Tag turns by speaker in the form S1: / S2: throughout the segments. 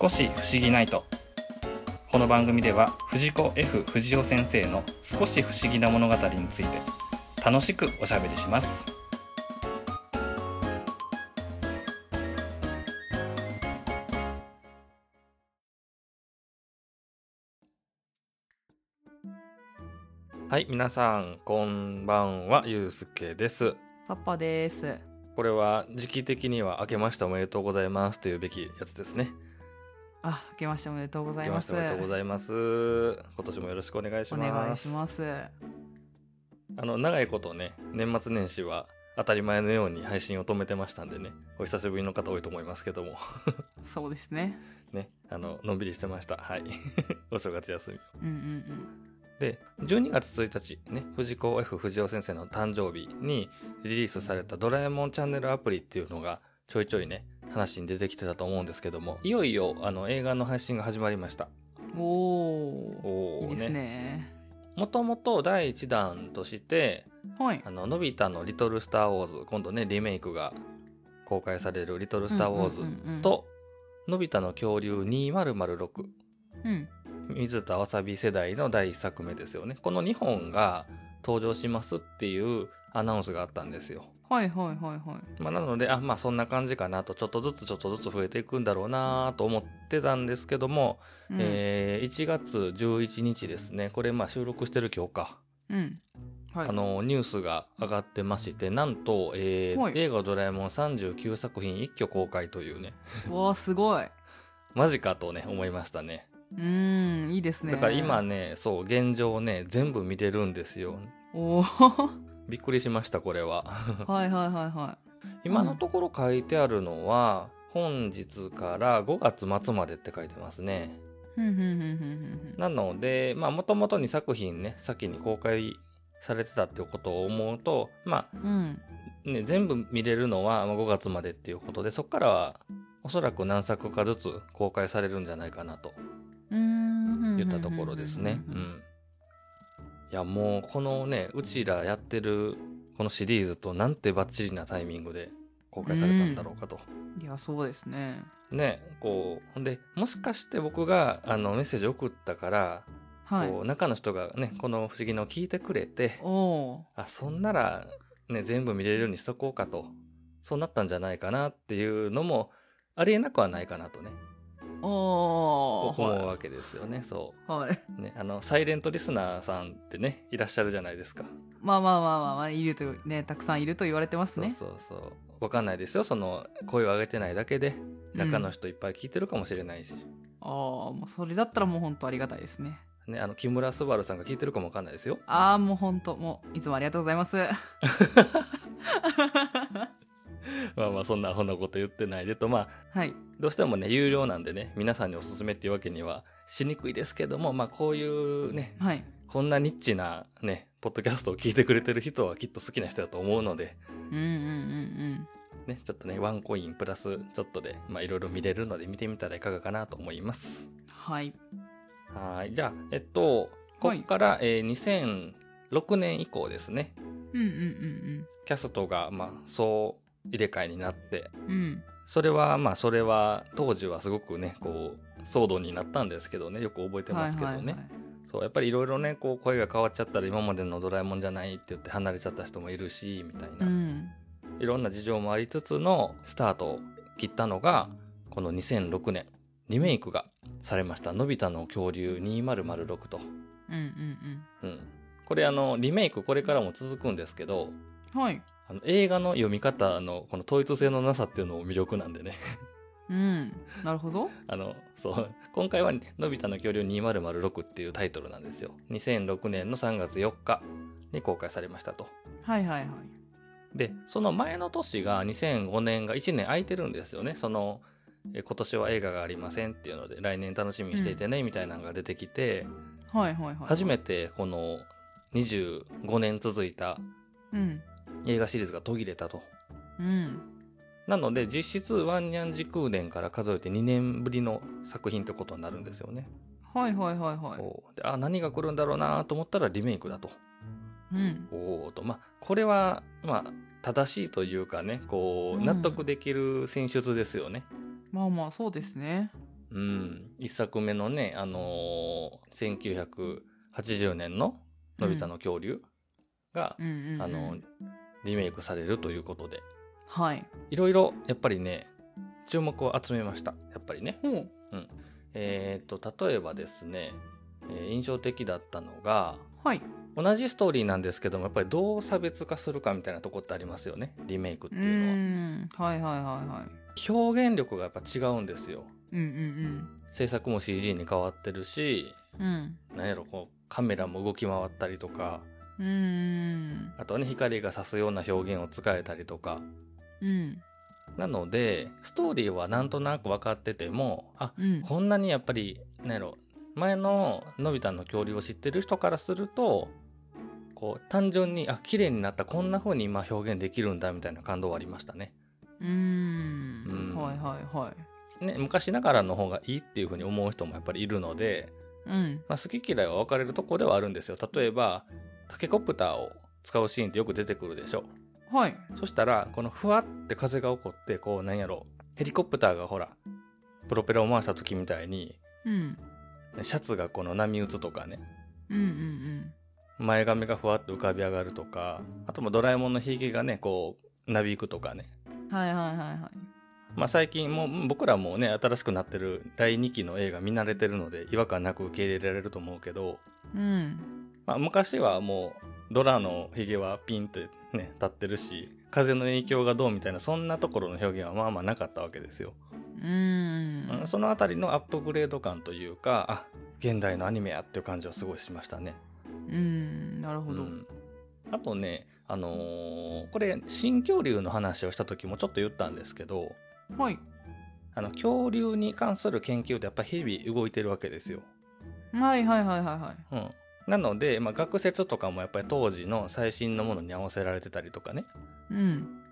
S1: 少し不思議ないとこの番組では藤子 F 不二雄先生の少し不思議な物語について楽しくおしゃべりしますはい皆さんこんばんはゆうすけです
S2: パパです。
S1: これは時期的には明けましておめでとうございますというべきやつですね
S2: あ、明けましておめでとうござ
S1: 明
S2: い
S1: け
S2: ま
S1: まし
S2: す。
S1: ておめでとうございます今年もよろしくお願いし
S2: お
S1: ます
S2: 願いします。
S1: あの長いことね年末年始は当たり前のように配信を止めてましたんでねお久しぶりの方多いと思いますけども
S2: そうですね。
S1: ねあののんびりしてましたはい お正月休み
S2: うんうん
S1: で12月1日ね藤子 F 不二雄先生の誕生日にリリースされた「ドラえもんチャンネル」アプリっていうのがちょいちょいね話に出てきてたと思うんですけどもいよいよあの映画の配信が始まりました
S2: うん。おお、
S1: お
S2: いい
S1: ー
S2: ですね。
S1: もともと第1弾として
S2: はい
S1: あ。の、のび太のリトルスターウォーズ、今度ね、リメイクが公開されるリトルスターウォーズ
S2: うんうんうんうん
S1: と、のび太の恐竜2006、
S2: うん。
S1: 水田わさび世代の第1作目ですよね。この2本が登場しますっていうアナウンスがあったんですよ。
S2: はいはいはいはい。
S1: まあ、なので、あ、まあそんな感じかなと、ちょっとずつちょっとずつ増えていくんだろうなと思ってたんですけども、
S2: うん。
S1: えー1月11日ですね。これまあ収録してる今日か。
S2: うん。はい。
S1: あのニュースが上がってましてなんと、えー
S2: はい
S1: 映画「ドラえもん」39作品一挙公開というね
S2: わあ、すごい。
S1: マジかとね思いましたね
S2: うーん、いいですね。
S1: だから今。ねそう現状ね全部見てるんですよ
S2: お お。は
S1: びっくりしましたこれは
S2: いはいはいはい。
S1: 今のところ書いてあるのは本日から5月末までって書いてますね
S2: ふんふんふんふんふんふん。
S1: なのでまあもともと2作品ね先に公開されてたっていうことを思うとまあ
S2: うん。
S1: ね、全部見れるのはまあ5月までっていうことでそこからはおそらく何作かずつ公開されるんじゃないかなと
S2: うーん。
S1: 言ったところですね。う
S2: うん
S1: ん、いやもうこのねうちらやってるこのシリーズとなんてバッチリなタイミングで公開されたんだろうかと。
S2: いや、そうですね。
S1: ねこうほんでもしかして僕があのメッセージ送ったから、
S2: はい。
S1: こう中の人がねこの「不思議の」を聞いてくれて
S2: おお
S1: あそんなら、ね、全部見れるようにしとこうかとそうなったんじゃないかなっていうのもありえなくはないかなとね
S2: ー。お
S1: 思う
S2: お。
S1: わけですよねそ
S2: はい。
S1: うねあのサイレントリスナーさんってねいらっしゃるじゃないですか
S2: まあまあまあまあまあ、いるというね、たくさんいると言われてますね。
S1: そうそうそうわかんないですよその声を上げてないだけで中の
S2: 人、
S1: 人いっぱい聞いてるかもしれないし、
S2: ああもうそれだったらもう本当ありがたいですね
S1: ね、あの木村昴さんが聞いてるかもわかんないですよ
S2: ああもう本当もういつもありがとうございますは
S1: まあまあそんなアホなこと言ってないでとまあ
S2: い
S1: どうしてもね、有料なんでね、皆さんにおすすめっていうわけにはしにくいですけども、まあこういうね、
S2: はい
S1: こんなニッチなね、ポッドキャストを聞いてくれてる人はきっと好きな人だと思うので、
S2: うんうんうん
S1: ね、ちょっとね、ワンコインプラスちょっとで、まあいろいろ見れるので見てみたらいかがかなと思います。
S2: うんはい
S1: はーい。じゃあ、えっと、こっから、えー2006年以降ですね、
S2: うんうん
S1: キャストが、まあ、総入れ替えになって、
S2: うんうんうん
S1: それはまあそれは当時はすごくねこう騒動になったんですけどねよく覚えてますけどね、
S2: はいはい
S1: そうやっぱりいろいろねこう声が変わっちゃったら今までの「ドラえもんじゃない」って言って離れちゃった人もいるしみたい
S2: はい、う
S1: な、
S2: ん
S1: いろんな事情もありつつのスタートを切ったのがこの2006年リメイクがされました「のび太の恐竜2006と」
S2: うんうん
S1: うん、これあのリメイクこれからも続くんですけど
S2: うんはい
S1: あの映画の読み方のこの統一性のなさっていうのも魅力なんでね
S2: うんなるほど
S1: あの、そう、今回は、のび太の恐竜2006っていうタイトルなんですよ。2006年の3月4日に公開されましたと。
S2: はいはいはい
S1: で、その前の年が2005年が1年空いてるんですよね。その、え今年は映画がありませんっていうので、来年楽しみにしていてね、みたいなのが出てきて、
S2: はいはいはい
S1: 初めてこの25年続いた
S2: うん
S1: 映画シリーズが途切れたと。
S2: うん
S1: なので、実質ワンニャン時空伝から数えて2年ぶりの作品ってことになるんですよね。
S2: はいはいはいはい
S1: おうであ何が来るんだろうなと思ったらリメイクだと。
S2: うん
S1: おーとまあこれは、まあ、正しいというかねこう
S2: うん
S1: 納得できる選出ですよね。
S2: まあまあそうですね
S1: うんうん、一作目のね、あのー1980年の「のび太の恐竜が」
S2: うんうんうん
S1: あのリメイクされるということで
S2: はい
S1: いろいろやっぱりね注目を集めましたやっぱりね。
S2: ほう
S1: えー、と例えばですね、えー印象的だったのが
S2: はい
S1: 同じストーリーなんですけどもやっぱりどう差別化するかみたいなとこってありますよねリメイクって
S2: う
S1: いうのは。
S2: んはいはいはいはい
S1: 表現力がやっぱ違うんですよ。
S2: うんうん
S1: 制作も CG に変わってるし
S2: うんうん
S1: なんやろこうカメラも動き回ったりとか
S2: うーん
S1: あとはね光が差すような表現を使えたりとか
S2: うん
S1: なのでストーリーはなんとなく分かっててもあ
S2: うん
S1: こんなにやっぱりなんやろ前ののび太の恐竜を知ってる人からするとこう単純にあ綺麗になったこんな風に今表現できるんだみたいな感動はありましたね。
S2: うーん
S1: うん
S2: はいはいはい
S1: ね昔ながらの方がいいっていう風に思う人もやっぱりいるので、
S2: うん
S1: まあ、好き嫌いは分かれるとこではあるんですよ。例えばタケコプターを使うシーンってよく出てくるでしょ。
S2: はい
S1: そしたらこのふわって風が起こってこうなんやろヘリコプターがほらプロペラを回した時みたいに
S2: うん
S1: シャツがこの波打つとかね
S2: うんうん
S1: 前髪がふわっと浮かび上がるとかあともドラえもんのひげがねこうなびくとかね
S2: うんはいはいはいはい
S1: まあ最近もう僕らもね新しくなってる第2期の映画見慣れてるので違和感なく受け入れられると思うけど、
S2: うん
S1: まあ、昔はもうドラのひげはピンってね立ってるし風の影響がどうみたいなそんなところの表現はまあまあなかったわけですよ。
S2: うーん
S1: そのあたりのアップグレード感というかあ現代のアニメやっていう感じはすごいしましたね。
S2: うんなるほ
S1: う
S2: ど
S1: ん、あとね、あのーこれ新恐竜の話をした時もちょっと言ったんですけど
S2: はい
S1: あの恐竜に関する研究ってやっぱ日々動いてるわけですよ。
S2: はいはいはいはいはい
S1: うんなので、まあ、学説とかもやっぱり当時の最新のものに合わせられてたりとかね
S2: うん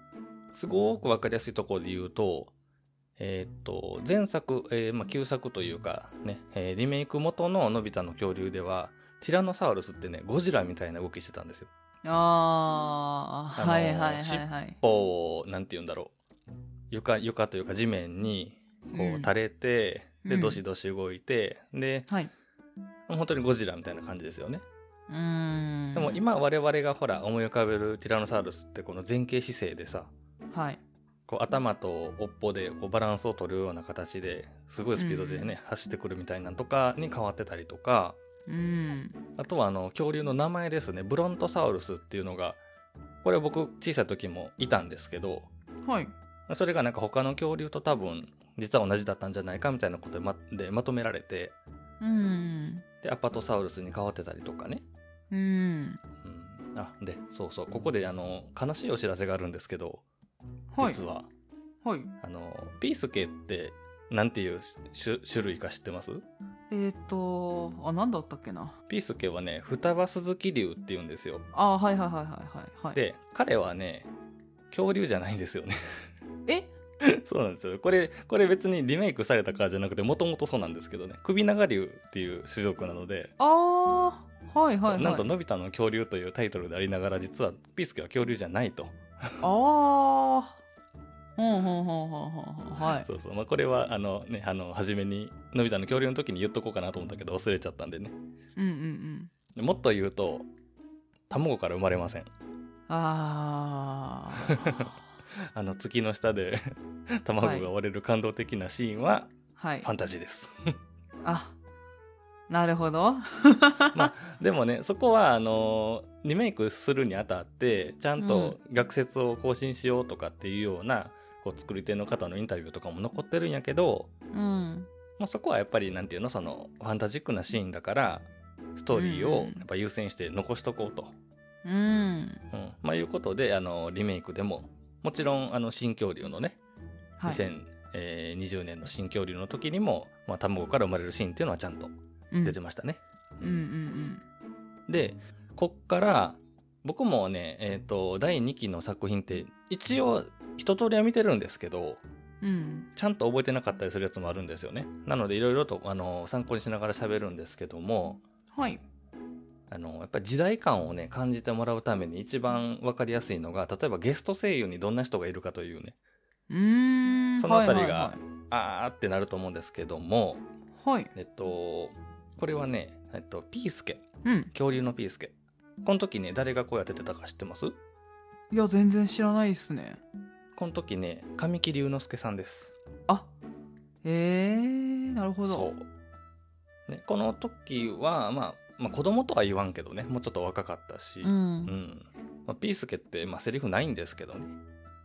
S1: すごく分かりやすいところで言うと,、えーっと前作、えーまあ、旧作というかね、えーリメイク元の「のび太の恐竜」ではティラノサウルスってねゴジラみたいな動きしてたんですよ。
S2: ああ
S1: あのー
S2: はいはいはいはい
S1: こうなんて言うんだろう床床というか地面にこ
S2: う
S1: うん垂れて、
S2: う
S1: で
S2: ん
S1: どしどし動いてで
S2: はい
S1: 本当にゴジラみたいな感じですよね。
S2: うーん
S1: でも今我々がほら思い浮かべるティラノサウルスってこの前傾姿勢でさ
S2: はい
S1: こう頭と尾っぽでこうバランスを取るような形ですごいスピードでね、走ってくるみたいなのとかに変わってたりとか
S2: うん
S1: あとはあの恐竜の名前ですねブロントサウルスっていうのがこれ僕小さい時もいたんですけど
S2: はい
S1: それがなんか他の恐竜と多分実は同じだったんじゃないかみたいなことでまでまとめられて
S2: うん
S1: でアパトサウルスに変わってたりとかね、
S2: うん
S1: うん、あでそうそうここであの悲しいお知らせがあるんですけど
S2: はい
S1: 実は、
S2: はい
S1: あのピースケってなんていう種種類か知ってます
S2: えーっとあなんだったっけな
S1: ピースケはね双葉鈴木竜っていうんですよ
S2: あーはいはいはいはいはいはい
S1: で彼はね恐竜じゃないんですよね
S2: え
S1: そうなんですよこれこれ別にリメイクされたからじゃなくてもともとそうなんですけどね首長竜っていう種族なので
S2: あーはいはいはい
S1: なんと「のび太の恐竜」というタイトルでありながら実はピースケは恐竜じゃないと、
S2: ああ。ほんほんほんほんほんほん。はい。
S1: そうそう、まあ、これはあのねあの初めに「のび太の恐竜」の時に言っとこうかなと思ったけど忘れちゃったんでね
S2: うんうんうん。
S1: でもっと言うと卵から生まれません
S2: あ あ。
S1: あの月の下で 卵が割れる感動的なシーンは
S2: はい
S1: ファ。ンタジーです、
S2: あ。なるほど。
S1: でもねそこはあのリメイクするにあたってちゃんと学説を更新しようとかっていうような、こう作り手の方のインタビューとかも残ってるんやけど
S2: うん。
S1: もうそこはやっぱりなんていうのそのファンタジックなシーンだからストーリーを
S2: うん
S1: やっぱ優先して残しとこうと、
S2: うん。
S1: うんまあ、いうことであのリメイクでももちろんあの新恐竜のね、
S2: はい。
S1: 2020年の新恐竜の時にも、まあ、卵から生まれるシーンっていうのはちゃんと
S2: うん
S1: 出てましたね。
S2: うんうん
S1: でこっから僕もね、えー、と第2期の作品って一応一通りは見てるんですけど
S2: うん。うん。
S1: ちゃんと覚えてなかったりするやつもあるんですよね。なのでいろいろとあの参考にしながら喋るんですけども
S2: はい。
S1: あのやっぱり時代感をね感じてもらうために一番分かりやすいのが例えばゲスト声優にどんな人がいるかというね
S2: うーん。
S1: そのあたりが
S2: はいはいはい
S1: あーってなると思うんですけども、
S2: はい。
S1: えっと、これはね、えっと、ピースケ、
S2: うん。
S1: 恐竜のピースケ。この時ね、誰が声当ててたか知ってます
S2: いや、全然知らないですね。
S1: この時ね、神木隆之介さんです。
S2: あえー、なるほど。
S1: そう、ね、この時は、まあ、まあ子供とは言わんけどねもうちょっと若かったし、
S2: うん。う
S1: うんんまあ、ピースケって、まあ、セリフないんですけどね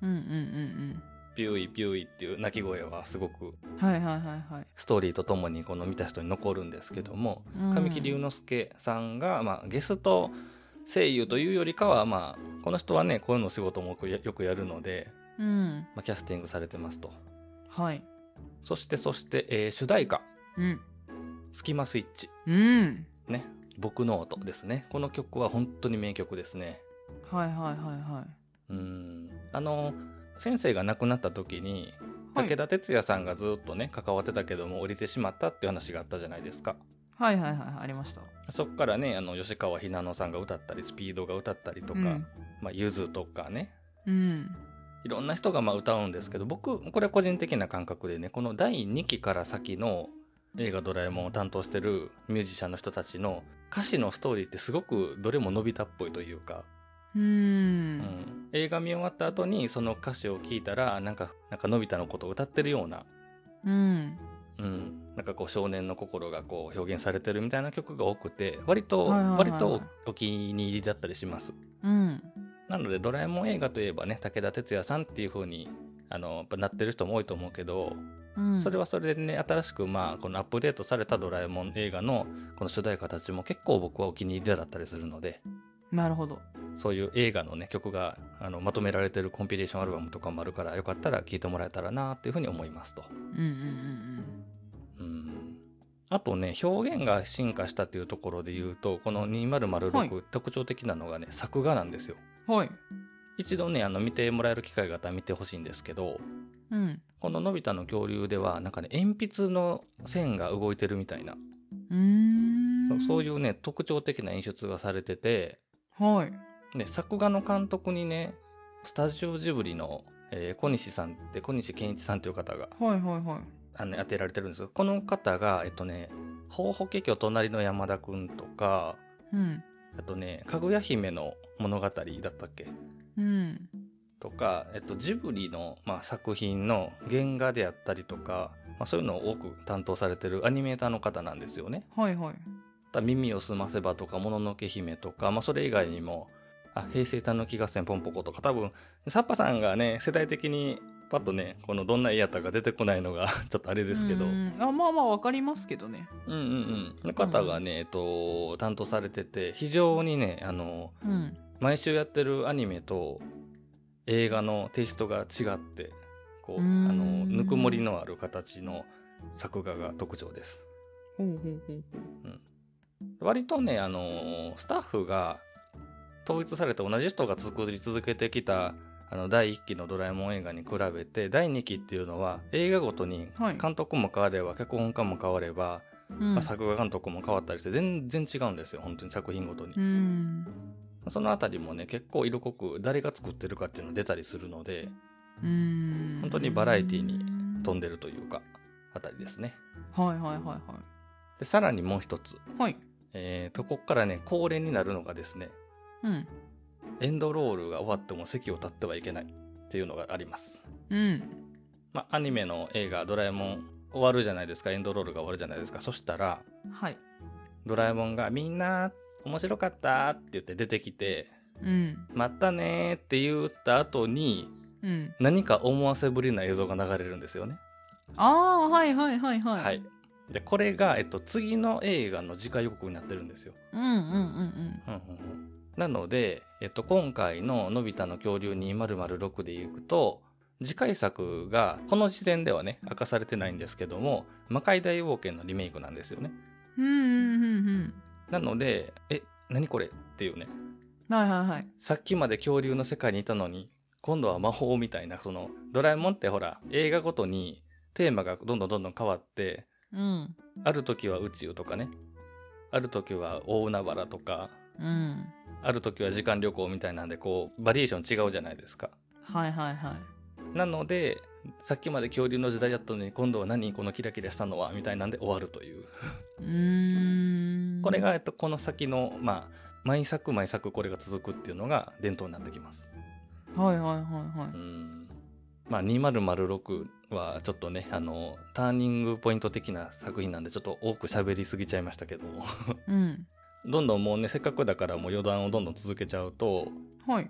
S2: うんうん
S1: ピューイピューイっていう鳴き声はすごく
S2: うん。はいはいはいはい。
S1: ストーリーとともにこの見た人に残るんですけども
S2: うん
S1: 神木隆之介さんが、まあ、ゲスト声優というよりかは、まあ、この人はね声の仕事もよくやよくやるので、
S2: うん。
S1: まあ、キャスティングされてますと
S2: はい。
S1: そしてそして、えー主題歌
S2: うん。
S1: 「スキマスイッチ
S2: うん。」
S1: ね「僕の音」ですねこの曲は本当に名曲ですね
S2: はいはいはいは
S1: う
S2: い。
S1: んあの先生が亡くなった時に
S2: はい
S1: 武田鉄矢さんがずっとね関わってたけども降りてしまったっていう話があったじゃないですか
S2: はいはいはい、ありました。
S1: そっからねあの吉川ひなのさんが歌ったりスピードが歌ったりとか、
S2: うん
S1: まあ、ゆずとかね
S2: うん。
S1: いろんな人がまあ歌うんですけど僕これは個人的な感覚でねこの第2期から先の映画「ドラえもん」を担当してるミュージシャンの人たちの歌詞のストーリーってすごくどれも伸びたっぽいというか
S2: う。
S1: うんん、映画見終わった後にその歌詞を聞いたらなんかなんかのび太のことを歌ってるような、
S2: うん。
S1: うん、なんかこう少年の心がこう表現されてるみたいな曲が多くて割と、
S2: はいはいはいはい
S1: 割とお気に入りだったりします
S2: うん。
S1: なのでドラえもん映画といえばね武田鉄矢さんっていう風にあのやっぱなってる人も多いと思うけど、
S2: うん。
S1: それはそれでね新しくまあこのアップデートされたドラえもん映画のこの主題歌たちも結構僕はお気に入りだったりするので
S2: なるほど。
S1: そういう映画のね曲があのまとめられてるコンピレーションアルバムとかもあるからよかったら聴いてもらえたらなっていうふうに思いますと。
S2: うんうんうん
S1: うんあとね表現が進化したっていうところで言うとこの2006、
S2: はい
S1: 特徴的なのがね作画なんですよ。
S2: うん。はい。
S1: 一度ねあの見てもらえる機会があったら見てほしいんですけど
S2: うん。
S1: この「のび太の恐竜」ではなんかね鉛筆の線が動いてるみたいな
S2: うー
S1: そ
S2: ん。
S1: うそう
S2: い
S1: いうね特徴的な演出がされてて
S2: う。はい。
S1: で作画の監督にねスタジオジブリの、えー小西さんって小西健一さんという方が
S2: はいはいはい。
S1: あの、当てられてるんですよこの方がえっとね「ほうほけきょ隣の山田くん」とか
S2: うん。
S1: あとね「かぐや姫の物語」だったっけ
S2: うん。
S1: とか、えっと、ジブリの、まあ、作品の原画であったりとか、まあ、そういうのを多く担当されてるアニメーターの方なんですよね。
S2: はいは
S1: だ
S2: い。
S1: から耳をすませばとか、もののけ姫とか、まあ、それ以外にも、あ、平成たぬき合戦ポンポコとか、多分、サッパさんがね、世代的に、パッとね、このどんな家やったか出てこないのが 、ちょっとあれですけど、
S2: う
S1: うん
S2: んあ、まあまあわかりますけどね。
S1: うんうん。の方がね、えっと、担当されてて、非常にね、あの、
S2: うん。
S1: 毎週やってるアニメと映画のテイストが違って、こう、
S2: う
S1: あ
S2: ーん
S1: の、ぬくもりのある形の作画が特徴です。
S2: ほうほうほうほう。
S1: 割とねあのスタッフが統一されて同じ人が作り続けてきたあの第1期の「ドラえもん」映画に比べて第2期っていうのは映画ごとに
S2: はい
S1: 監督も変われば脚本家も変われば、
S2: うん
S1: まあ、作画監督も変わったりして全然違うんですよ本当に作品ごとに
S2: う。ん。
S1: そのあたりもね結構色濃く誰が作ってるかっていうの出たりするので
S2: うん。
S1: 本当にバラエティに飛んでるというかあたりですね。
S2: はいはいはいは
S1: でさらにもう一つ、
S2: い。はい。
S1: えーとこっからね恒例になるのがですね
S2: うん。
S1: エンドロールが終わっても席を立ってはいけないっていうのがあります。
S2: うん。
S1: まあ、アニメの映画「ドラえもん」終わるじゃないですかエンドロールが終わるじゃないですかそしたら
S2: はい。
S1: ドラえもんが「みんな面白かった」って言って出てきて
S2: うん。
S1: 「またね」って言った後に
S2: うん。
S1: 何か思わせぶりな映像が流れるんですよね。
S2: ああ、はいはいはいはい。
S1: はい、でこれが、えっと、次の映画の次回予告になってるんですよ。
S2: うんうんう
S1: う
S2: ん
S1: んうんうんなので、えっと、今回の「のび太の恐竜2006」でいくと次回作がこの時点ではね明かされてないんですけども「魔界大冒険」のリメイクなんですよね
S2: うん。うんうんうん
S1: なので「え何これ?」っていうね
S2: うん。はいはいはい。
S1: さっきまで恐竜の世界にいたのに今度は魔法みたいなそのドラえもんってほら映画ごとにテーマがどんどんどんどん変わって
S2: うん。
S1: ある時は宇宙とかねある時は大海原とか
S2: うん。
S1: ある時は時間旅行みたいなんでこうバリエーション違うじゃないですか
S2: はいはいはい。
S1: なのでさっきまで恐竜の時代だったのに今度は何このキラキラしたのはみたいなんで終わるという
S2: うーん
S1: これが、えっと、この先のまあ毎作毎作これが続くっていうのが伝統になってきます
S2: はいはいはいは
S1: う
S2: い
S1: んまあ2006はちょっとねあのターニングポイント的な作品なんでちょっと多く喋りすぎちゃいましたけど
S2: うん
S1: どんどんもうねせっかくだからもう余談をどんどん続けちゃうと
S2: はい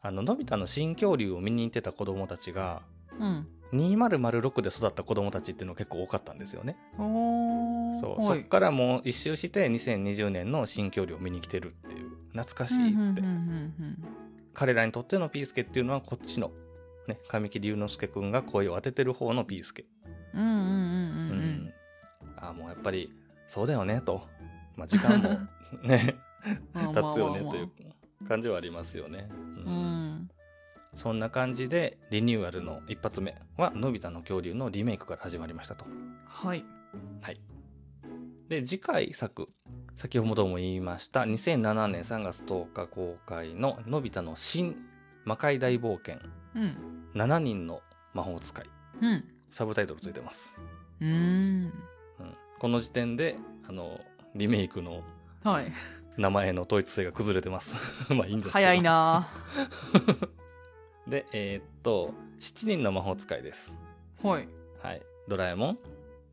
S1: あののび太の新恐竜を見に行ってた子供たちが
S2: うん
S1: 2006で育った子供たちっていうのが結構多かったんですよね。
S2: おー
S1: そう、
S2: は
S1: そっ
S2: い
S1: からもう一周して2020年の新恐竜を見に来てるっていう懐かしいって、
S2: うんうんうんうん
S1: 彼らにとってのピースケっていうのはこっちの、ね、神木隆之介くんが声を当ててる方のピースケ。
S2: うんうんうんうんうんうん
S1: ああもうやっぱりそうだよねと、まあ、時間 もね
S2: まあまあまあま
S1: 経
S2: あ
S1: つよねという感じはありますよね。
S2: う
S1: うん
S2: ん
S1: そんな感じでリニューアルの一発目は「のび太の恐竜」のリメイクから始まりましたと。
S2: はい
S1: で次回作先ほども言いました2007年3月10日公開の「のび太の新魔界大冒険
S2: うん
S1: 7人の魔法使い
S2: うん」
S1: サブタイトルついてます、
S2: うーん
S1: うん、この時点であのリメイクの
S2: はい
S1: 名前の統一性が崩れてます まあいいんですけど
S2: 早いな
S1: でえーっと7人の魔法使いです
S2: はい
S1: はいドラえもん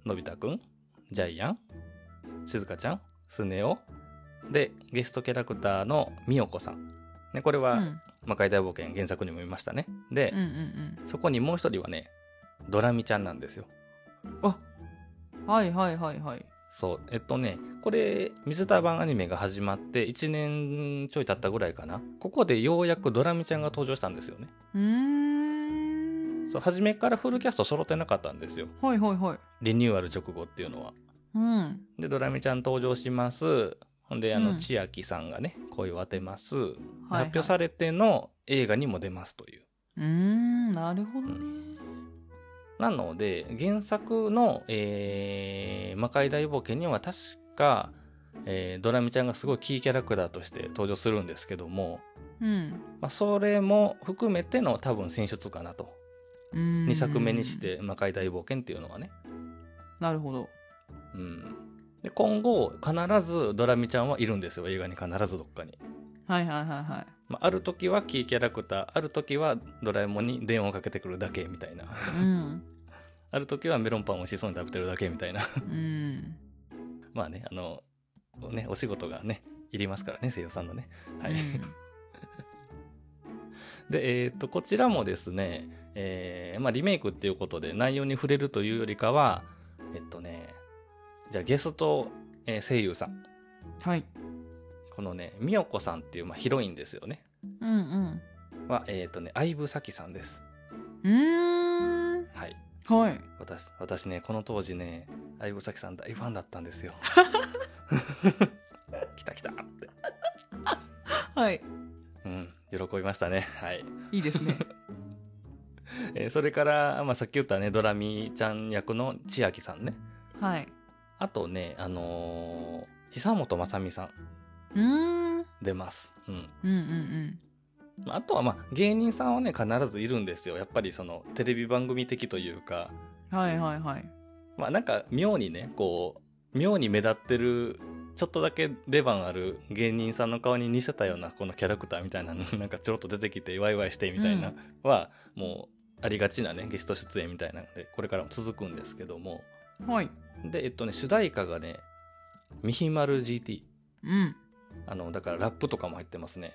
S1: のび太くんジャイアンしずかちゃんスネ夫でゲストキャラクターのみよこさん、ね、これ
S2: う
S1: は、
S2: ん
S1: 魔界大冒険原作にも見ましたねで、
S2: うんうん
S1: そこにもう一人はねドラミちゃんなんですよ
S2: うんはいはいはいはい
S1: そうえっとねこれ水田版アニメが始まって1年ちょい経ったぐらいかなここでようやくドラミちゃんが登場したんですよね
S2: うーん
S1: そう初めからフルキャスト揃ってなかったんですよ
S2: はいはいはい
S1: リニューアル直後っていうのは
S2: うん
S1: でドラミちゃん登場しますほんであの、
S2: うん
S1: 千秋さんがね声を当てます、で
S2: はい
S1: 発表されての映画にも出ますという
S2: うーんなるほどね
S1: なので原作の、えー魔界大冒険には確か、えードラミちゃんがすごいキーキャラクターとして登場するんですけども、
S2: うん
S1: まあ、それも含めての多分選出かなと
S2: 2
S1: 2作目にして魔界大冒険っていうのはね、
S2: なるほど
S1: うん、で今後必ずドラミちゃんはいるんですよ映画に必ずどっかに、
S2: はいはいはいはい
S1: まあ、ある時はキーキャラクターある時はドラえもんに電話をかけてくるだけみたいな
S2: うん
S1: ある時はメロンパンを美味しそうに食べてるだけみたいな
S2: うん
S1: まあね、あの、ね、お仕事がね、いりますからね、声優さんのね。はい。で、えっ、と、こちらもですね、えーまあリメイクっていうことで内容に触れるというよりかは、えっとね、じゃあゲスト、えー声優さん。
S2: はい
S1: このね、みよこさんっていう、まあ、ヒロインですよね。
S2: うんうん
S1: は、えっ、とね、相武咲さんです。
S2: うーん
S1: はい。
S2: はい
S1: 私、私ね、この当時ね、相武咲さん大ファンだったんですよ。来た来たって。
S2: はい
S1: うん、喜びましたね。はい。
S2: いいです ね
S1: えーそれから、まあ、さっき言ったねドラミちゃん役の千秋さんね
S2: はい
S1: あとねあのー久本雅美さん
S2: うーんうん
S1: 出ます、うん
S2: うんうん
S1: まああとはまあ芸人さんはね必ずいるんですよやっぱりそのテレビ番組的というか
S2: はいはいはい
S1: まあなんか妙にねこう妙に目立ってるちょっとだけ出番ある芸人さんの顔に似せたようなこのキャラクターみたいなの なんかちょろっと出てきてワイワイしてみたいな、
S2: うん
S1: はもうありがちなねゲスト出演みたいなのでこれからも続くんですけども、
S2: はい
S1: で、えっとね、主題歌がね、ミヒマル GT。
S2: うん
S1: あの、だからラップとかも入ってますね。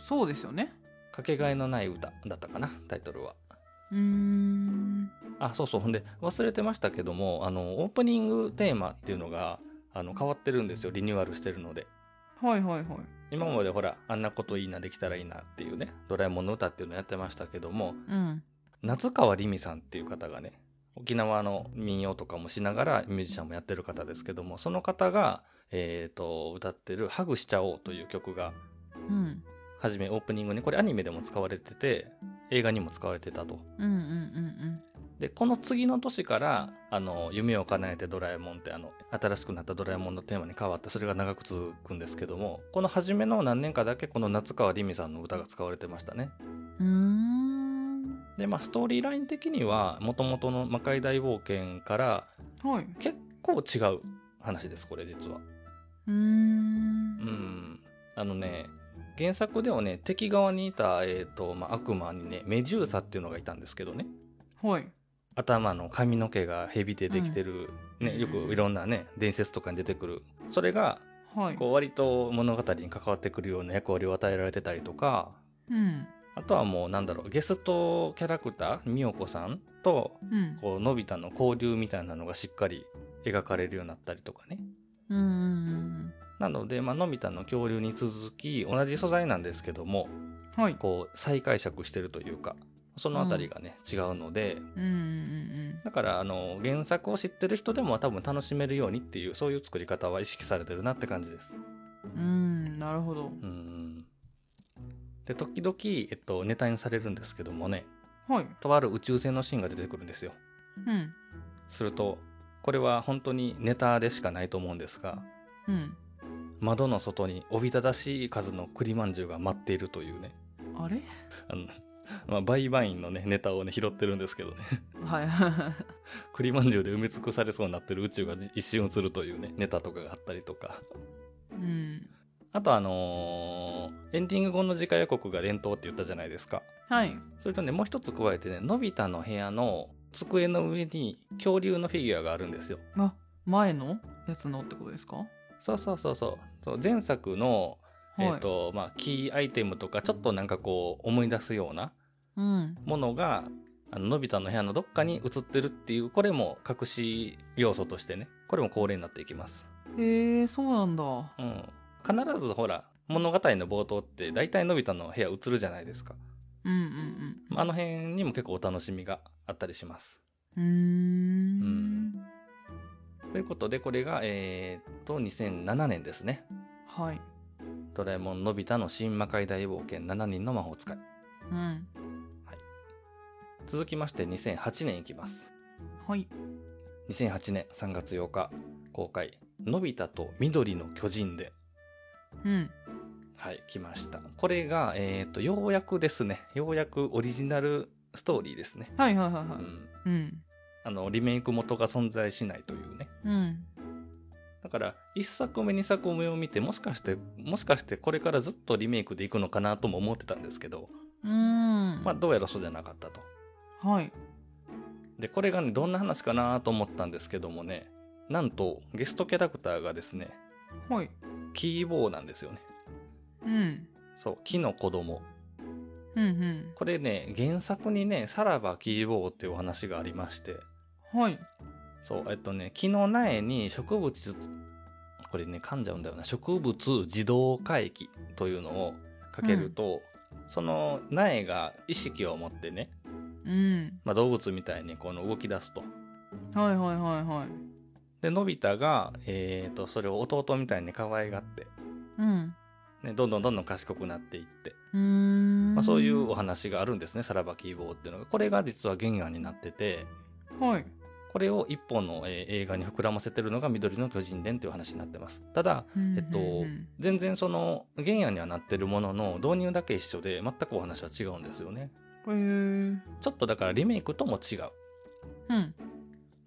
S2: そうですよね
S1: かけがえのない歌だったかな、タイトルは。
S2: うーん
S1: あ、そうそう。ほんで、忘れてましたけども、あの、オープニングテーマっていうのが、あの、変わってるんですよ。リニューアルしてるので。
S2: はいはいはい
S1: 今までほら、あんなこといいな、できたらいいなっていうね、ドラえもんの歌っていうのやってましたけども、
S2: うん
S1: 夏川りみさんっていう方がね沖縄の民謡とかもしながらミュージシャンもやってる方ですけどもその方が、えー、と歌ってる「ハグしちゃおう」という曲が
S2: うん
S1: 初めオープニングにこれアニメでも使われてて映画にも使われてたと。
S2: うんうんうん
S1: でこの次の年からあの夢を叶えてドラえもんってあの新しくなったドラえもんのテーマに変わってそれが長く続くんですけどもこの初めの何年かだけこの夏川りみさんの歌が使われてましたね。
S2: うんうーん
S1: でで、まあ、ストーリーライン的には、もともとの魔界大冒険から
S2: はい。
S1: 結構違う話です、これ実は。
S2: うー。
S1: うんん。あのね、原作ではね、敵側にいた、えっ、と、まあ、悪魔にね、メデューサっていうのがいたんですけどね。
S2: はい。
S1: 頭の髪の毛がヘビでできてる、
S2: うん
S1: ね、よくいろんなね、伝説とかに出てくる。それが、
S2: はい。
S1: こう、割と物語に関わってくるような役割を与えられてたりとか、
S2: うん。
S1: あとはもう、なんだろう、ゲストキャラクター、美代子さんと、
S2: うん。
S1: こう、のび太の交流みたいなのがしっかり描かれるようになったりとかね。
S2: うんうん
S1: なので、まあのび太の恐竜に続き、同じ素材なんですけども、
S2: うん。はい。
S1: こう再解釈してるというかそのあたりがね、違うので
S2: うんうん
S1: だからあの原作を知ってる人でも多分楽しめるようにっていうそういう作り方は意識されてるなって感じです。
S2: うん。うん。なるほど。
S1: うんで時々、えっと、ネタにされるんですけどもね
S2: はい。
S1: とある宇宙船のシーンが出てくるんですよ。
S2: うん。
S1: するとこれは本当にネタでしかないと思うんですが
S2: うん。
S1: 窓の外におびただしい数の栗まんじゅうが待っているというね
S2: あれ
S1: あの、まあ、バイバインのねネタをね拾ってるんですけどね
S2: はい。
S1: 栗まんじゅうで埋め尽くされそうになってる宇宙が一瞬映るというねネタとかがあったりとか
S2: うん。
S1: あとあのーエンディング後の次回予告が連投って言ったじゃないですか
S2: はい。
S1: それとねもう一つ加えてねのび太の部屋の机の上に恐竜のフィギュアがあるんですよ
S2: あ、前のやつのってことですかは
S1: そうそうそうそうそう前作の、
S2: い。
S1: えーとまあ、キーアイテムとかちょっとなんかこう思い出すような
S2: うん。
S1: ものがあののび太の部屋のどっかに映ってるっていうこれも隠し要素としてねこれも恒例になっていきます
S2: へえ、そうなんだ。は
S1: うん、必ずほら物語の冒頭って大体のび太の部屋映るじゃないですか
S2: い。うんうん
S1: まああの辺にも結構お楽しみがあったりします
S2: うん。うーん。
S1: ということでこれがえーっと2007年ですね
S2: はい。
S1: 「ドラえもんのび太の新魔界大冒険7人の魔法使い
S2: うん。」
S1: 続きまして2008年いきます
S2: はい。
S1: 2008年3月8日公開「のび太と緑の巨人で」
S2: うん。
S1: はい来ましたこれがえーっとようやくですねようやくオリジナルストーリーですね
S2: はいはいはいは
S1: う
S2: い。
S1: ん
S2: うん。
S1: あのリメイク元が存在しないというね
S2: うん。
S1: だから1作目2作目を見てもしかしてもしかしてこれからずっとリメイクでいくのかなとも思ってたんですけど、
S2: うーん。
S1: まあ、どうやらそうじゃなかったと
S2: はい。
S1: でこれがねどんな話かなと思ったんですけどもねなんとゲストキャラクターがですね
S2: はい。
S1: キーボーなんですよね
S2: うん。
S1: そう木の子供
S2: うん
S1: これね原作にねさらばキーボーっていうお話がありまして
S2: うん。はい。
S1: そうえっとね木の苗に植物これね噛んじゃうんだよな植物自動回帰というのをかけると、その苗が意識を持ってね、
S2: うん。
S1: まあ、動物みたいにこの動き出すと。
S2: はいはいはいはい。
S1: でのび太が、えー、とそれを弟みたいに可愛がって、
S2: うん。
S1: ね、どんどんどんどん賢くなっていって、
S2: うーん。
S1: まあ、そういうお話があるんですね「さらば希望」っていうのがこれが実は原案になってて
S2: はい。
S1: これを一本の、えー映画に膨らませてるのが「緑の巨人伝」という話になってます。ただえっと
S2: うん
S1: 全然その原案にはなってるものの導入だけ一緒で全くお話は違うんですよね
S2: うんうん。へ
S1: ちょっとだからリメイクとも違う
S2: え。うん。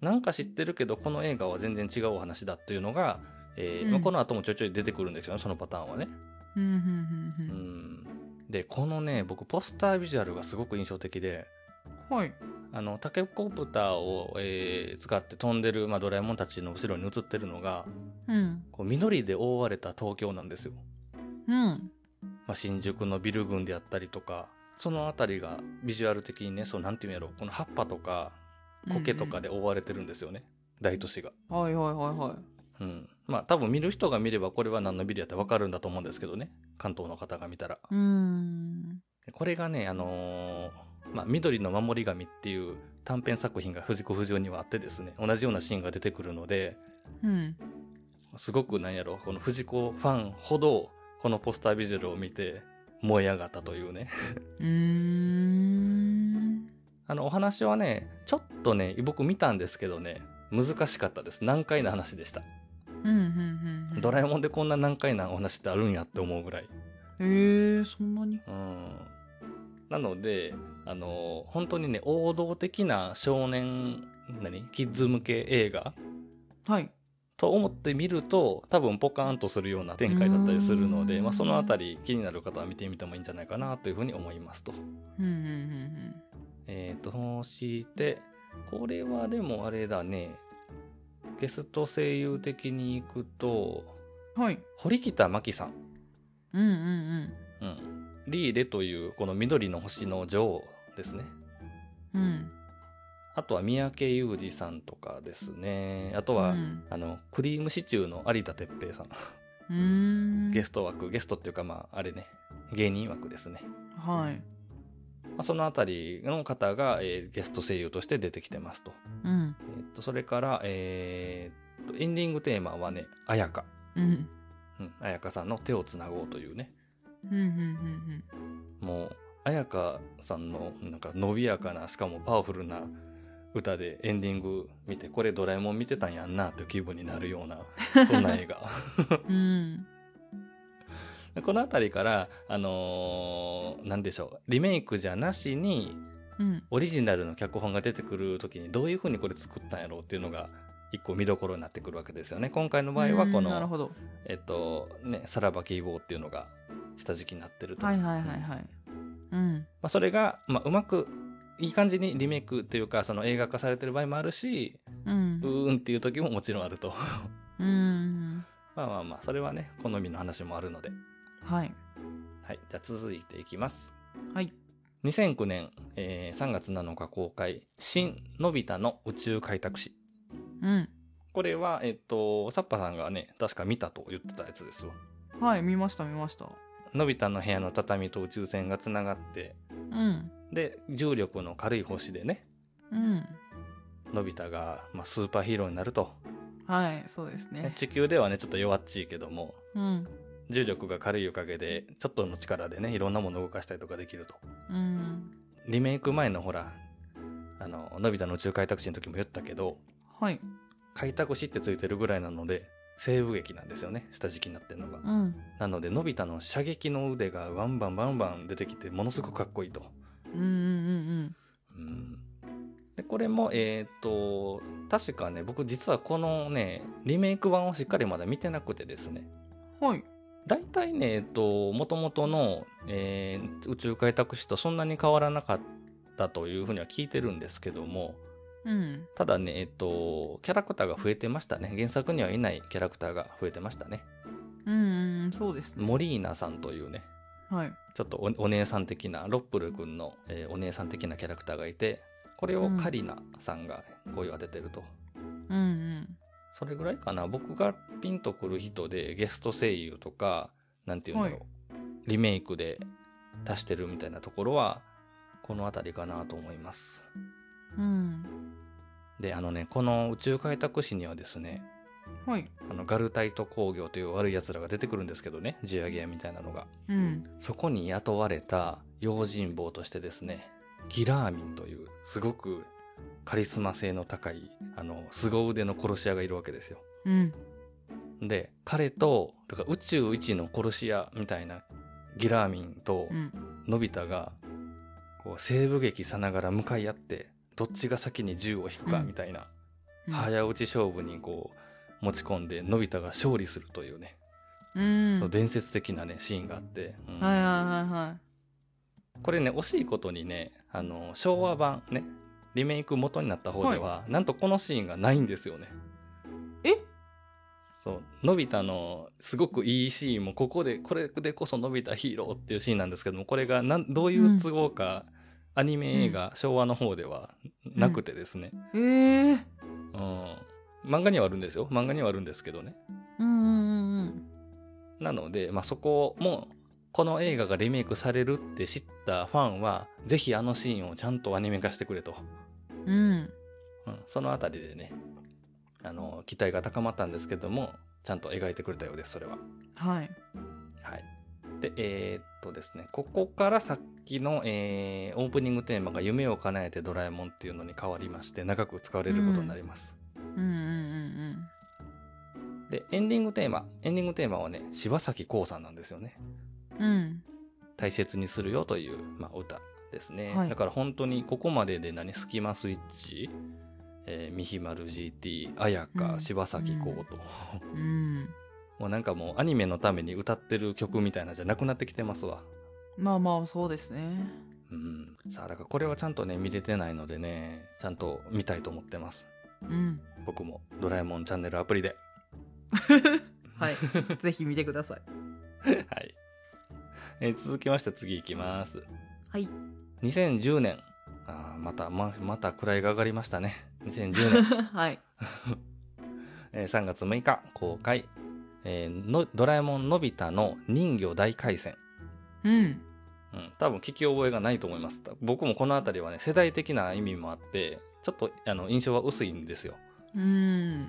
S1: なんか知ってるけどこの映画は全然違うお話だっていうのが、えー
S2: うん
S1: まあこの後もちょいちょい出てくるんですけどねそのパターンはね
S2: うんうんう
S1: うんんでこのね僕ポスタービジュアルがすごく印象的で
S2: うん。はい。
S1: あのタケコプターを、えー使って飛んでる、まあ、ドラえもんたちの後ろに映ってるのが
S2: うん。
S1: こう緑で覆われた東京なんですよ
S2: うん。
S1: まあ、新宿のビル群であったりとかその辺りがビジュアル的にねそうなんていうんやろこの葉っぱとか苔とかで覆われてるんですよね、大都市が。
S2: うんうん。はいはいはいはい。
S1: うん、まあ多分見る人が見ればこれは何のビルやってわかるんだと思うんですけどね関東の方が見たら。
S2: うーん。
S1: これがねあのーまあ、緑の守り神っていう短編作品が藤子不二雄にはあってですね同じようなシーンが出てくるので
S2: うん。
S1: すごくなんやろこの藤子ファンほどこのポスタービジュアルを見て燃え上がったというね
S2: うーん。
S1: あのお話はねちょっとね僕見たんですけどね難しかったです難解な話でした、
S2: うんうんうん。
S1: ドラ
S2: え
S1: えもんでこんな難解なお話ってあるんやって思うぐらい
S2: えー、そんなに
S1: うんなのであの本当にね王道的な少年何キッズ向け映画
S2: はい。
S1: と思って見ると多分ポカーンとするような展開だったりするの
S2: うー
S1: で、
S2: ん
S1: まあ、そのあたり気になる方は見てみてもいいんじゃないかなというふうに思いますと。
S2: うんうんうん
S1: えー、と、そして、これはでもあれだね。ゲスト声優的に行くと、
S2: うん。はい。
S1: 堀北真希さん。
S2: うんうんうん。
S1: うん。リーレという、この緑の星の女王ですね。
S2: うん。
S1: あとは三宅裕二さんとかですね。あとは、
S2: うん
S1: あの、クリームシチューの有田哲平さん。
S2: うーん。
S1: ゲスト枠、ゲストっていうかまあ、あれね、芸人枠ですね。
S2: はい。
S1: まあ、そのあたりの方が、えーゲスト声優として出てきてますと。
S2: うん。
S1: えっと、それから、えーっと、エンディングテーマはね、綾香。
S2: うん。
S1: うん、綾香さんの手をつなごうというね。
S2: うんうんうん
S1: もう、綾香さんの、なんか、伸びやかな、しかもパワフルな歌でエンディング見て、これドラえもん見てたんやんな、という気分になるよ うな、そんな映画。
S2: うん。うん。
S1: でこのあたりから、あのーなんでしょう、リメイクじゃなしに、
S2: うん。
S1: オリジナルの脚本が出てくる時にどういう風にこれ作ったんやろうっていうのが一個見どころになってくるわけですよね。今回の場合はこ
S2: うんなる
S1: の
S2: ほど。
S1: えっとね、さらば希望っていうのが下敷きになってると。
S2: はいはいはいはい。うん。
S1: まあ、それが、まあ、うまく、いい感じにリメイクというか、その映画化されてる場合もあるし、
S2: うん
S1: う。ーんっていう時ももちろんあると。
S2: うん。
S1: まあまあまあ、それはね、好みの話もあるので。
S2: はい。
S1: はい。じゃあ続いていきます。
S2: はい。
S1: 2009年、えー3月7日公開、新のび太の宇宙開拓史。
S2: うん。
S1: これは、えっと、サッパさんがね、確か見たと言ってたやつですわ。
S2: はい。見ました見ました。
S1: のび太の部屋の畳と宇宙船がつながって、
S2: うん。
S1: で、重力の軽い星でね、
S2: うん。
S1: のび太が、まあ、スーパーヒーローになると。
S2: はい。そうですね。
S1: 地球ではね、ちょっと弱っちいけども、
S2: うん。
S1: 重力が軽いおかげで、ちょっとの力でね、いろんなものを動かしたりとかできると。
S2: うん。
S1: リメイク前のほら、あの、のび太の宇宙開拓士の時も言ったけど、
S2: はい。
S1: 開拓士ってついてるぐらいなので、西部劇なんですよね、下敷きになってるのが。
S2: うん。
S1: なので、のび太の射撃の腕がワンバンバンバン出てきて、ものすごくかっこいいと。
S2: うんう
S1: う
S2: ん
S1: んでこれも、えっ、と、確かね、僕実はこのね、リメイク版をしっかりまだ見てなくてですね、
S2: うん。はい。
S1: 大体ね、えっと、もともとの、えー宇宙開拓史とそんなに変わらなかったというふうには聞いてるんですけども、
S2: うん。
S1: ただね、えっと、キャラクターが増えてましたね。原作にはいないキャラクターが増えてましたね。
S2: うんうん。そうですね。
S1: モリーナさんというね、
S2: はい。
S1: ちょっとおお姉さん的な、ロップル君の、えーお姉さん的なキャラクターがいて、これをカリナさんが声を当ててると。
S2: うんうん。
S1: それぐらいかな。僕がピンとくる人でゲスト声優とか、なんていうんだろう。
S2: は
S1: リメイクで足してるみたいなところは、この辺りかなと思います。
S2: うん。
S1: で、あのね、この宇宙開拓史にはですね、
S2: はい。
S1: あのガルタイト工業という悪い奴らが出てくるんですけどね、地上げ屋みたいなのが。
S2: うん。
S1: そこに雇われた用心棒としてですね、ギラーミンという、すごくカリスマ性の高い、あの、凄腕の殺し屋がいるわけですよ。
S2: うん。
S1: で彼とだから宇宙一の殺し屋みたいなギラーミンと
S2: うん。
S1: のび太がこう西部劇さながら向かい合ってどっちが先に銃を引くか
S2: うん
S1: みたいな、早打ち勝負にこう持ち込んでのび太が勝利するというね、
S2: うん。
S1: その
S2: はい
S1: 伝説的なねシーンがあって、うん
S2: はいはいは
S1: これね惜しいことにねあの昭和版ねリメイク元になった方では、なんとこのシーンがないんですよね。
S2: い。え
S1: そう、のび太のすごくいいシーンも、ここで、これでこそのび太ヒーローっていうシーンなんですけども、これがなんどういう都合か、アニメ映画、昭和の方ではなくてですね、
S2: えー。
S1: うん。漫画にはあるんですよ。漫画にはあるんですけどね。
S2: うんうんうん
S1: なので、まあ、そこも、この映画がリメイクされるって知ったファンは、ぜひあのシーンをちゃんとアニメ化してくれと。
S2: うん。うん。
S1: うん、そのあたりでね、あの、期待が高まったんですけども、ちゃんと描いてくれたようです、それは。
S2: はい。
S1: はい。で、えーっとですね、ここからさっきの、えーオープニングテーマが夢を叶えてドラえもんっていうのに変わりまして、長く使われることになります。
S2: うんうんうん
S1: で、エンディングテーマ、エンディングテーマはね、柴咲コウさんなんですよね。
S2: うん。うん。
S1: 大切にするよという、まあ、歌ですね、
S2: はい
S1: だから本当にここまでで何スキマスイッチ、えー、三ひまる GT 綾
S2: う
S1: 香
S2: ん
S1: 柴咲コウと、
S2: うん。
S1: もうなんかもうアニメのために歌ってる曲みたいなじゃなくなってきてますわ
S2: まあまあ、そうですね。
S1: うんさあだからこれはちゃんとね見れてないのでねちゃんと見たいと思ってます
S2: うん。
S1: 僕も「ドラえもんチャンネル」アプリで
S2: はい。ぜひ見てください。
S1: はい、えー続きまして次いきます
S2: はい。
S1: 2010年あーまたままた位が上がりましたね2010年
S2: はい。
S1: えー3月6日公開、えーのドラえもんのび太の人魚大回戦、
S2: うん。
S1: うん、多分聞き覚えがないと思います僕もこの辺りはね世代的な意味もあってちょっとあの印象は薄いんですよ、
S2: うん。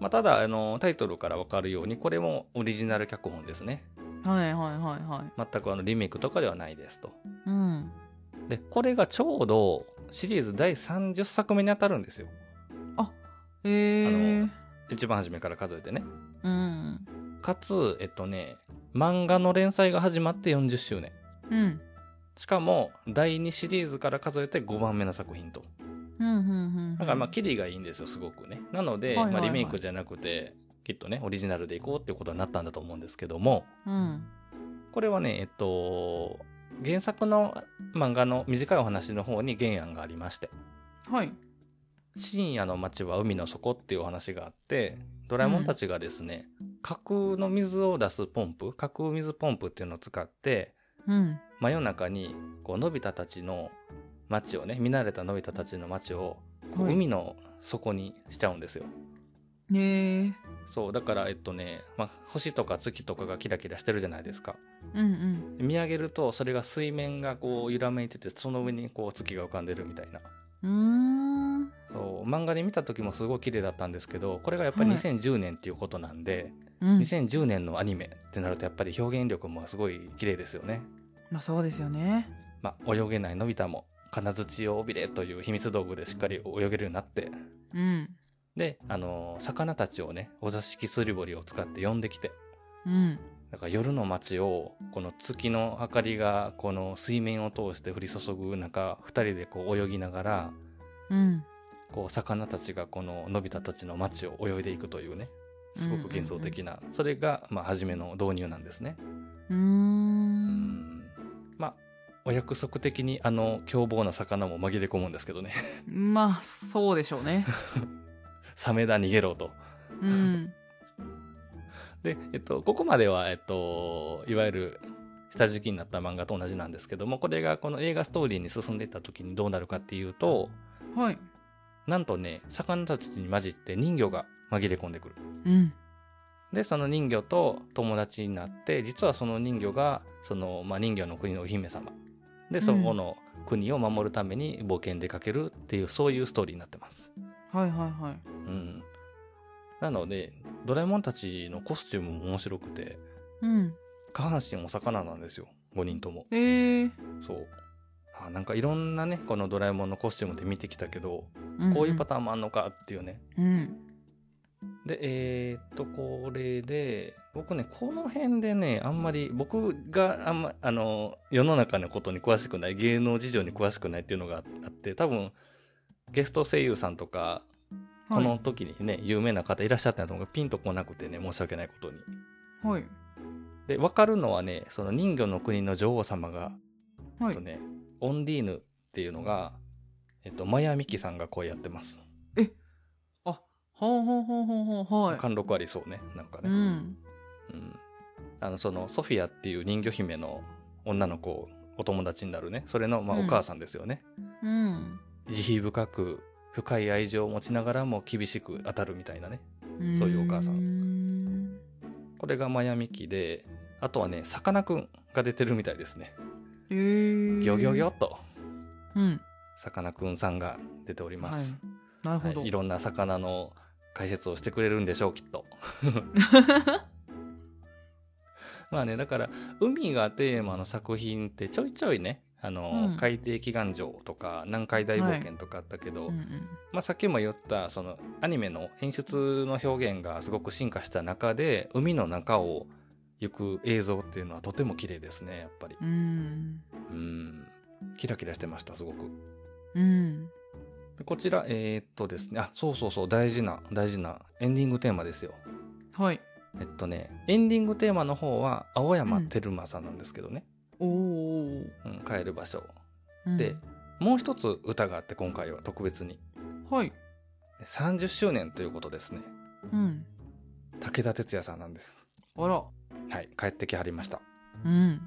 S1: まあ、ただあのタイトルから分かるようにこれもオリジナル脚本ですね
S2: はいはいはいは
S1: 全くあのリメイクとかではないですと
S2: い。うん。
S1: でこれがちょうどシリーズ第30作目に当たるんですよ
S2: えー。
S1: 一番初めから数えてね
S2: うん。
S1: かつえっとね漫画の連載が始まって40周年
S2: うん。
S1: しかも第2シリーズから数えて5番目の作品と
S2: うんうんうん。
S1: だからまあキリがいいんですよすごくねなので、
S2: はいはいはい
S1: まあ、リメイクじゃなくてきっとねオリジナルでいこうっていうことになったんだと思うんですけども
S2: うん。
S1: これはねえっと原作の漫画の短いお話の方に原案がありまして
S2: はい。
S1: 「深夜の街は海の底」っていうお話があってドラえもんたちがですね、架空の水を出すポンプ架空水ポンプっていうのを使って
S2: うん。
S1: 真夜中にこうのび太たちの町をね見慣れたのび太たちの町をこう
S2: はい
S1: 海の底にしちゃうんですよ。
S2: えー。
S1: そうだからえっとね、まあ、星とか月とかがキラキラしてるじゃないですか
S2: うん
S1: 見上げるとそれが水面がこう揺らめいててその上にこう月が浮かんでるみたいな
S2: うん。うーん。
S1: そう漫画で見た時もすごい綺麗だったんですけどこれがやっぱり
S2: はい
S1: 2010年っていうことなんで、
S2: うん。
S1: 2010年のアニメってなるとやっぱり表現力もすごい綺麗ですよね
S2: まあそうですよね。
S1: まあ、泳げないのび太も金槌を尾びれという秘密道具でしっかり泳げるようになって
S2: うん。
S1: で、あのー魚たちをねお座敷すり堀を使って呼んできて
S2: うん。
S1: だから夜の街をこの月の明かりがこの水面を通して降り注ぐ中2人でこう泳ぎながら
S2: うん。
S1: こう魚たちがこののび太たちの街を泳いでいくというねすごく幻想的な、それがまあ初めの導入なんですね。う
S2: うー。
S1: んんまあお約束的にあの凶暴な魚も紛れ込むんですけどね
S2: まあそうでしょうね。
S1: サメだ逃げろと
S2: うん。
S1: で、えっと、ここまでは、えっと、いわゆる下敷きになった漫画と同じなんですけどもこれがこの映画ストーリーに進んでいった時にどうなるかっていうと
S2: はい。
S1: なんとね魚たちに混じって人魚が紛れ込んでくる
S2: うん。
S1: でその人魚と友達になって実はその人魚がその、まあ、人魚の国のお姫様でそこの国を守るために冒険出かけるっていうそういうストーリーになってます
S2: はいはいはい。
S1: うんなのでドラえもんたちのコスチュームも面白くて
S2: うん。
S1: 下半身お魚なんですよ5人とも
S2: えー。
S1: そうあなんかいろんなねこのドラえもんのコスチュームで見てきたけどこういうパ
S2: タ
S1: ターンもあんのかっていうね、
S2: ーン。うん。
S1: でえーっとこれで僕ねこの辺でねあんまり僕があんまあの世の中のことに詳しくない芸能事情に詳しくないっていうのがああって多分ゲスト声優さんとかこの時にね、有名な方いらっしゃったのがピンとこなくてね申し訳ないことに
S2: はい。はい。
S1: で分かるのはねその人魚の国の女王様が
S2: は
S1: えっと
S2: い。
S1: ね、オンディーヌっていうのが、えっと、マヤミキさんが声やってます。
S2: ほうほうほうほうほう。はい。
S1: 貫禄ありそうね、なんか
S2: う
S1: ね。
S2: ん。
S1: うんあの、その、ソフィアっていう人魚姫の女の子、お友達になるね。それの、まあ、
S2: う
S1: お
S2: ん
S1: 母さんですよね。
S2: うん。
S1: 慈悲深く、深い愛情を持ちながらも厳しく当たるみたいなね。そういうお母さん
S2: ん。
S1: これがマヤミキで、あとはね、さかなクンが出てるみたいですね。
S2: えー。
S1: ギョギョギョっと、
S2: うん。
S1: さかなクンさんが出ております。
S2: い。なるほ
S1: は
S2: ど。
S1: い、いろんな魚の解説をしてくれるんでしょうきっ と。まあねだから海がテーマの作品ってちょいちょいねあの、
S2: うん
S1: 海底祈願城とか南海大冒険とかあったけど、
S2: うんうん。
S1: まあ、さっきも言ったそのアニメの演出の表現がすごく進化した中で海の中を行く映像っていうのはとても綺麗ですねやっぱり。
S2: うん。
S1: うんキラキラしてましたすごく
S2: うん。
S1: でこちらえーっとですねあそうそうそう大事な大事なエンディングテーマですよ
S2: はい。
S1: えっとねエンディングテーマの方は青山テルマさんなんですけどね、
S2: おお。
S1: うん帰る場所
S2: うん
S1: で、もう一つ歌があって今回は特別に
S2: はい。
S1: 30周年ということですね
S2: うん。
S1: 武田鉄矢さんなんです
S2: あら。
S1: はい帰ってきはりました
S2: うん。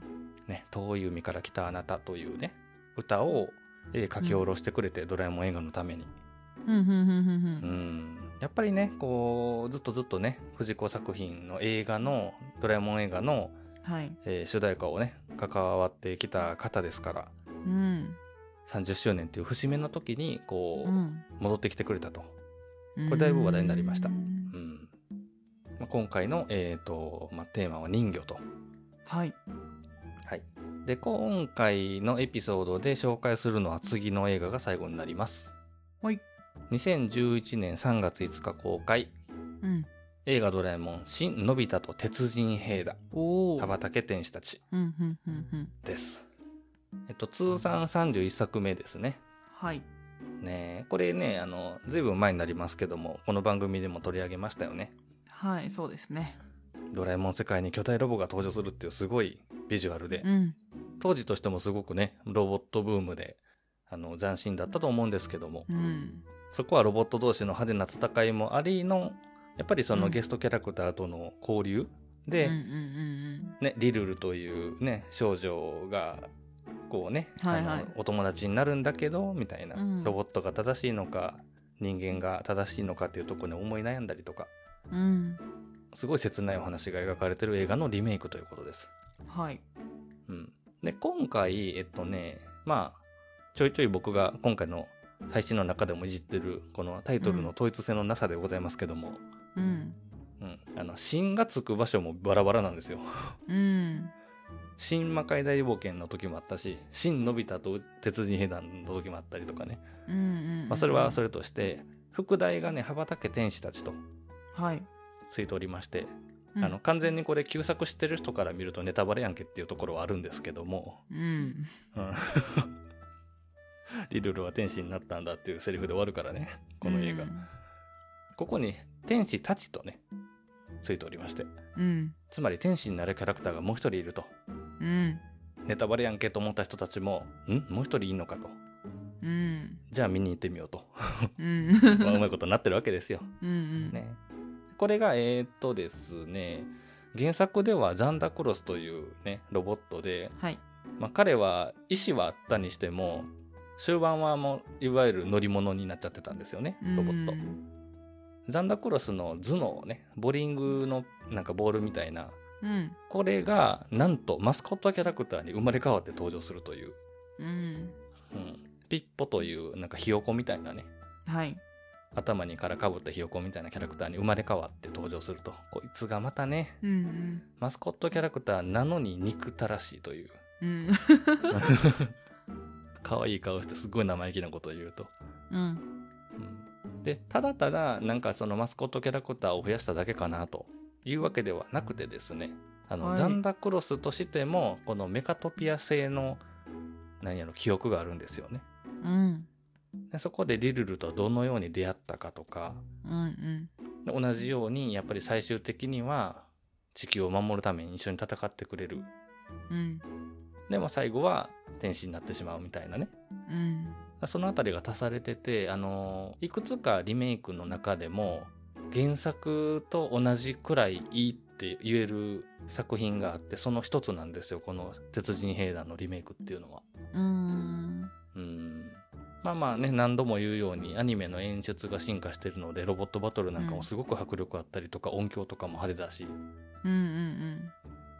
S1: ね、遠い海から来たあなたというね、歌を、えー書き下ろしてくれて、ドラえもん映画のために。
S2: うんうんうんう
S1: うんん。やっぱりね、こう、ずっとずっとね、藤子作品の映画の、ドラえもん映画の、
S2: うん。はい。
S1: えー主題歌をね、関わってきた方ですから、
S2: うん。
S1: 30周年という節目の時に、こう、
S2: うん。
S1: 戻ってきてくれたと。これだいぶ話題になりました
S2: うん
S1: うん。まあ、今回の、えっ、と、まあ、テーマは人魚と。
S2: はい。
S1: はい。で、今回のエピソードで紹介するのは次の映画が最後になります。
S2: はい。
S1: 2011年3月5日公開、
S2: うん。
S1: 映画ドラえもん、新のび太と鉄人兵だ、
S2: おお。
S1: 羽ばたけ天使たち
S2: うんうんうんうん。
S1: です。えっと、通算31作目ですね。
S2: はい。
S1: ねえこれね、あの、ずいぶん前になりますけども、この番組でも取り上げましたよね。
S2: はい、そうですね。
S1: ドラえもん世界に巨大ロボが登場するっていうすごいビジュアルで、
S2: うん。
S1: 当時としてもすごくね、ロボットブームで、あの、斬新だったと思うんですけども、
S2: うん。
S1: そこはロボット同士の派手な戦いもありの、やっぱりそうの
S2: ん
S1: ゲストキャラクターとの交流
S2: う
S1: で、
S2: んうんうん
S1: ね、リルルというね、少女が、こうね、
S2: はいはい
S1: あのお友達になるんだけど、みたいな、
S2: うん
S1: ロボットが正しいのか、人間が正しいのかっていうところに思い悩んだりとか、
S2: うん。うん。
S1: すごい切ないお話が描かれてる映画のリメイクということです。
S2: はい。
S1: うん。で、今回、えっとね、まあ、ちょいちょい僕が今回の最新の中でもいじってる、このタイトルの統一性のなさでございますけども、
S2: うん。
S1: うん、あの、芯がつく場所もバラバラなんですよ。
S2: うん。
S1: 新魔界大冒険の時もあったし、新のび太と鉄人兵団の時もあったりとかね。
S2: うんうんうん。
S1: まあ、それはそ
S2: れ。
S1: れとして、副題がね、羽ばたけ天使たちと
S2: はい。
S1: ついておりまして、
S2: うん
S1: あの、。完全にこれ旧作してる人から見るとネタバレやんけっていうところはあるんですけども、
S2: うん。
S1: うん リルルは天使になったんだっていうセリフで終わるからね、この映画。ここに天使たちとね、ついておりまして、
S2: うん。
S1: つまり天使になるキャラクターがもう一人いると。
S2: うん。
S1: ネタバレやんけと思った人たちも、んもう一人いんのかと。
S2: うん。
S1: じゃあ見に行ってみ ようと。
S2: うん。
S1: まあうまいことになってるわけですよ。
S2: うんうん。
S1: ね。これが、えーっとですね、原作ではザンダクロスというね、ロボットで、
S2: はい。
S1: まあ彼は意志はあったにしても、終盤はもういわゆる乗り物になっちゃってたんですよね、ロボット。
S2: ト。
S1: ザンダクロスの頭脳ね、ボリングのなんかボールみたいな、
S2: うん。
S1: これがなんとマスコットキャラクターに生まれ変わって登場するという。
S2: うん。
S1: うん、ピッポというなんかひよこみたいなね
S2: はい。
S1: 頭にからかぶったひよこみたいなキャラクターに生まれ変わって登場するとこいつがまたね
S2: うん
S1: マスコットキャラクターなのに憎たらしいという
S2: うん。うん。
S1: 可愛い顔してすごい生意気なことを言うと、
S2: うん。
S1: うんでただただなんかそのマスコットキャラクターを増やしただけかなというわけではなくてですねあの、
S2: はい
S1: ザンダクロスとしてもこのメカトピア製の何やろ記憶があるんですよね
S2: うん。
S1: でそこでリルルとどのように出会ったかとか
S2: うん。
S1: で同じようにやっぱり最終的には地球を守るために一緒に戦ってくれる
S2: うん。
S1: でも最後は天使になってしまうみたいなね
S2: うん。
S1: そのあたりが足されててあのいくつかリメイクの中でも原作と同じくらいいいって言える作品があってその一つなんですよこの「鉄人兵団」のリメイクっていうのは。
S2: うん。
S1: うんまあまあね何度も言うようにアニメの演出が進化してるのでロボットバトルなんかもすごく迫力あったりとか、音響とかも派手だし
S2: うんうん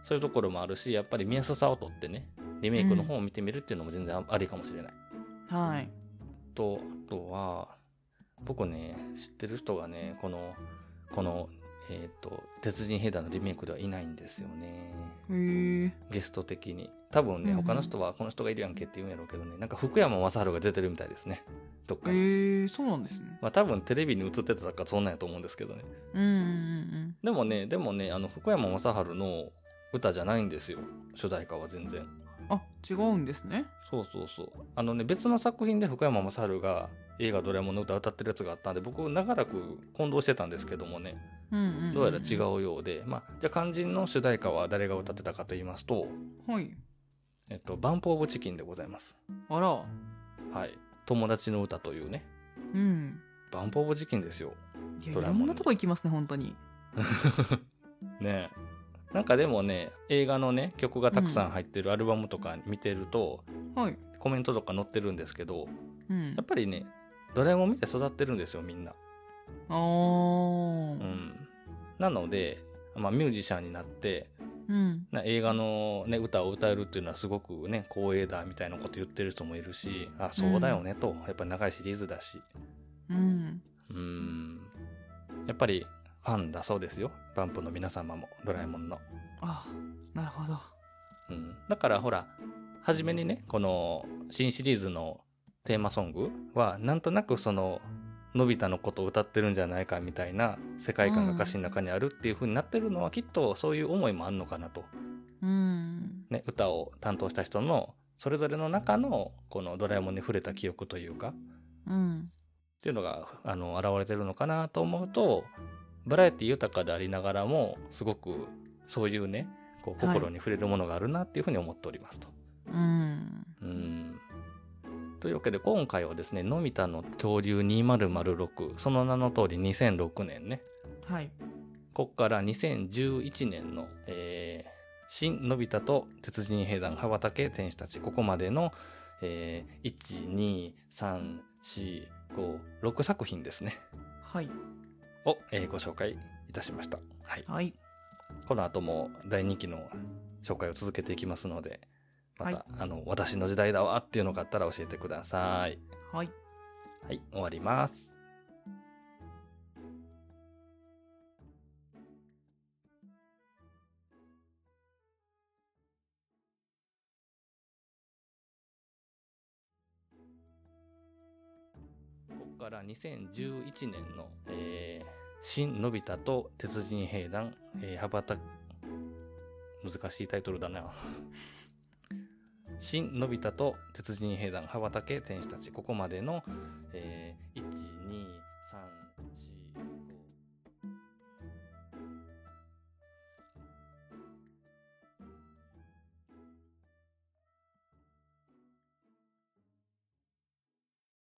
S1: そういうところもあるしやっぱり見やすさをとってねリメイクの方を見てみるっていうのも全然あありかもしれない。
S2: うん。はい。
S1: とあとは僕ね知ってる人がねこのこのえっ、と鉄人兵団のリメイクではいないんですよね
S2: へえ。
S1: ゲスト的に多分ね
S2: うんうん
S1: 他の人はこの人がいるやんけって言うんやろうけどねなんか福山雅治が出てるみたいですねどっかに。
S2: へえ、そうなんですね。
S1: まあ多分テレビに映ってたからそんなんやと思うんですけどね。
S2: うんうん
S1: でもね、でもね、あの、福山雅治の歌じゃないんですよ。主題歌は全然。
S2: うん。あ違うんですね
S1: そうそうそうあのね別の作品で福山雅治が映画「ドラえもん」の歌歌ってるやつがあったんで僕長らく混同してたんですけどもね
S2: うんうんんん
S1: どうやら違うようで、まあ、じゃあ肝心の主題歌は誰が歌ってたかと言いますと
S2: はい
S1: 「えっと、バンプ・オブ・チキン」でございます。
S2: あら
S1: はい「友達の歌」というね
S2: うん
S1: バンプ・オブ・チキンですよ。
S2: いやい
S1: ドラえ
S2: ろ
S1: もんの
S2: んなとこ行きますね本当に
S1: ねえなんかでもね映画のね曲がたくさん入ってるアルバムとか見てると、
S2: はい
S1: コメントとか載ってるんですけど
S2: うん
S1: やっぱりねドラえもん見て育ってるんですよみんな。
S2: あー
S1: うん、なので、まあ、ミュージシャンになって
S2: うん
S1: な映画の、ね、歌を歌えるっていうのはすごくね光栄だみたいなこと言ってる人もいるしあそうだよねと、やっぱり長いシリーズだし
S2: うん
S1: うんやっぱりファンだそうですよバンプの皆様もドラえもんの。
S2: あなるほど
S1: うん、だからほら初めにねこの新シリーズのテーマソングはなんとなくそののび太のことを歌ってるんじゃないかみたいな世界観が歌詞の中にあるっていう風になってるのはきっとそういう思いもあんのかなと、
S2: うん
S1: ね、歌を担当した人のそれぞれの中のこの「ドラえもん」に触れた記憶というかっ
S2: うん
S1: ていうのがあの現れてるのかなと思うとバラエティ豊かでありながらもすごくそういうねこう
S2: はい
S1: 心に触れるものがあるなっていう風に思っておりますと。
S2: うん
S1: うんというわけで今回はですね「のび太の恐竜2006」その名の通り2006年ね
S2: はい
S1: こっから2011年の、えー新のび太と鉄人兵団羽ばたけ天使たち」ここまでの、え12345,6作品ですね
S2: はい
S1: を、えーご紹介いたしました、はい、
S2: はい
S1: この後も大人気の紹介を続けていきますのでまた、
S2: は
S1: あの私の時代だわっていうのがあったら教えてください。
S2: はい
S1: はい、終わります。ここから2011年の、えー新のび太と鉄人兵団、えー羽ばた難しいタイトルだな。 新のび太と鉄人兵団羽ばたけ天使たちここまでの、えー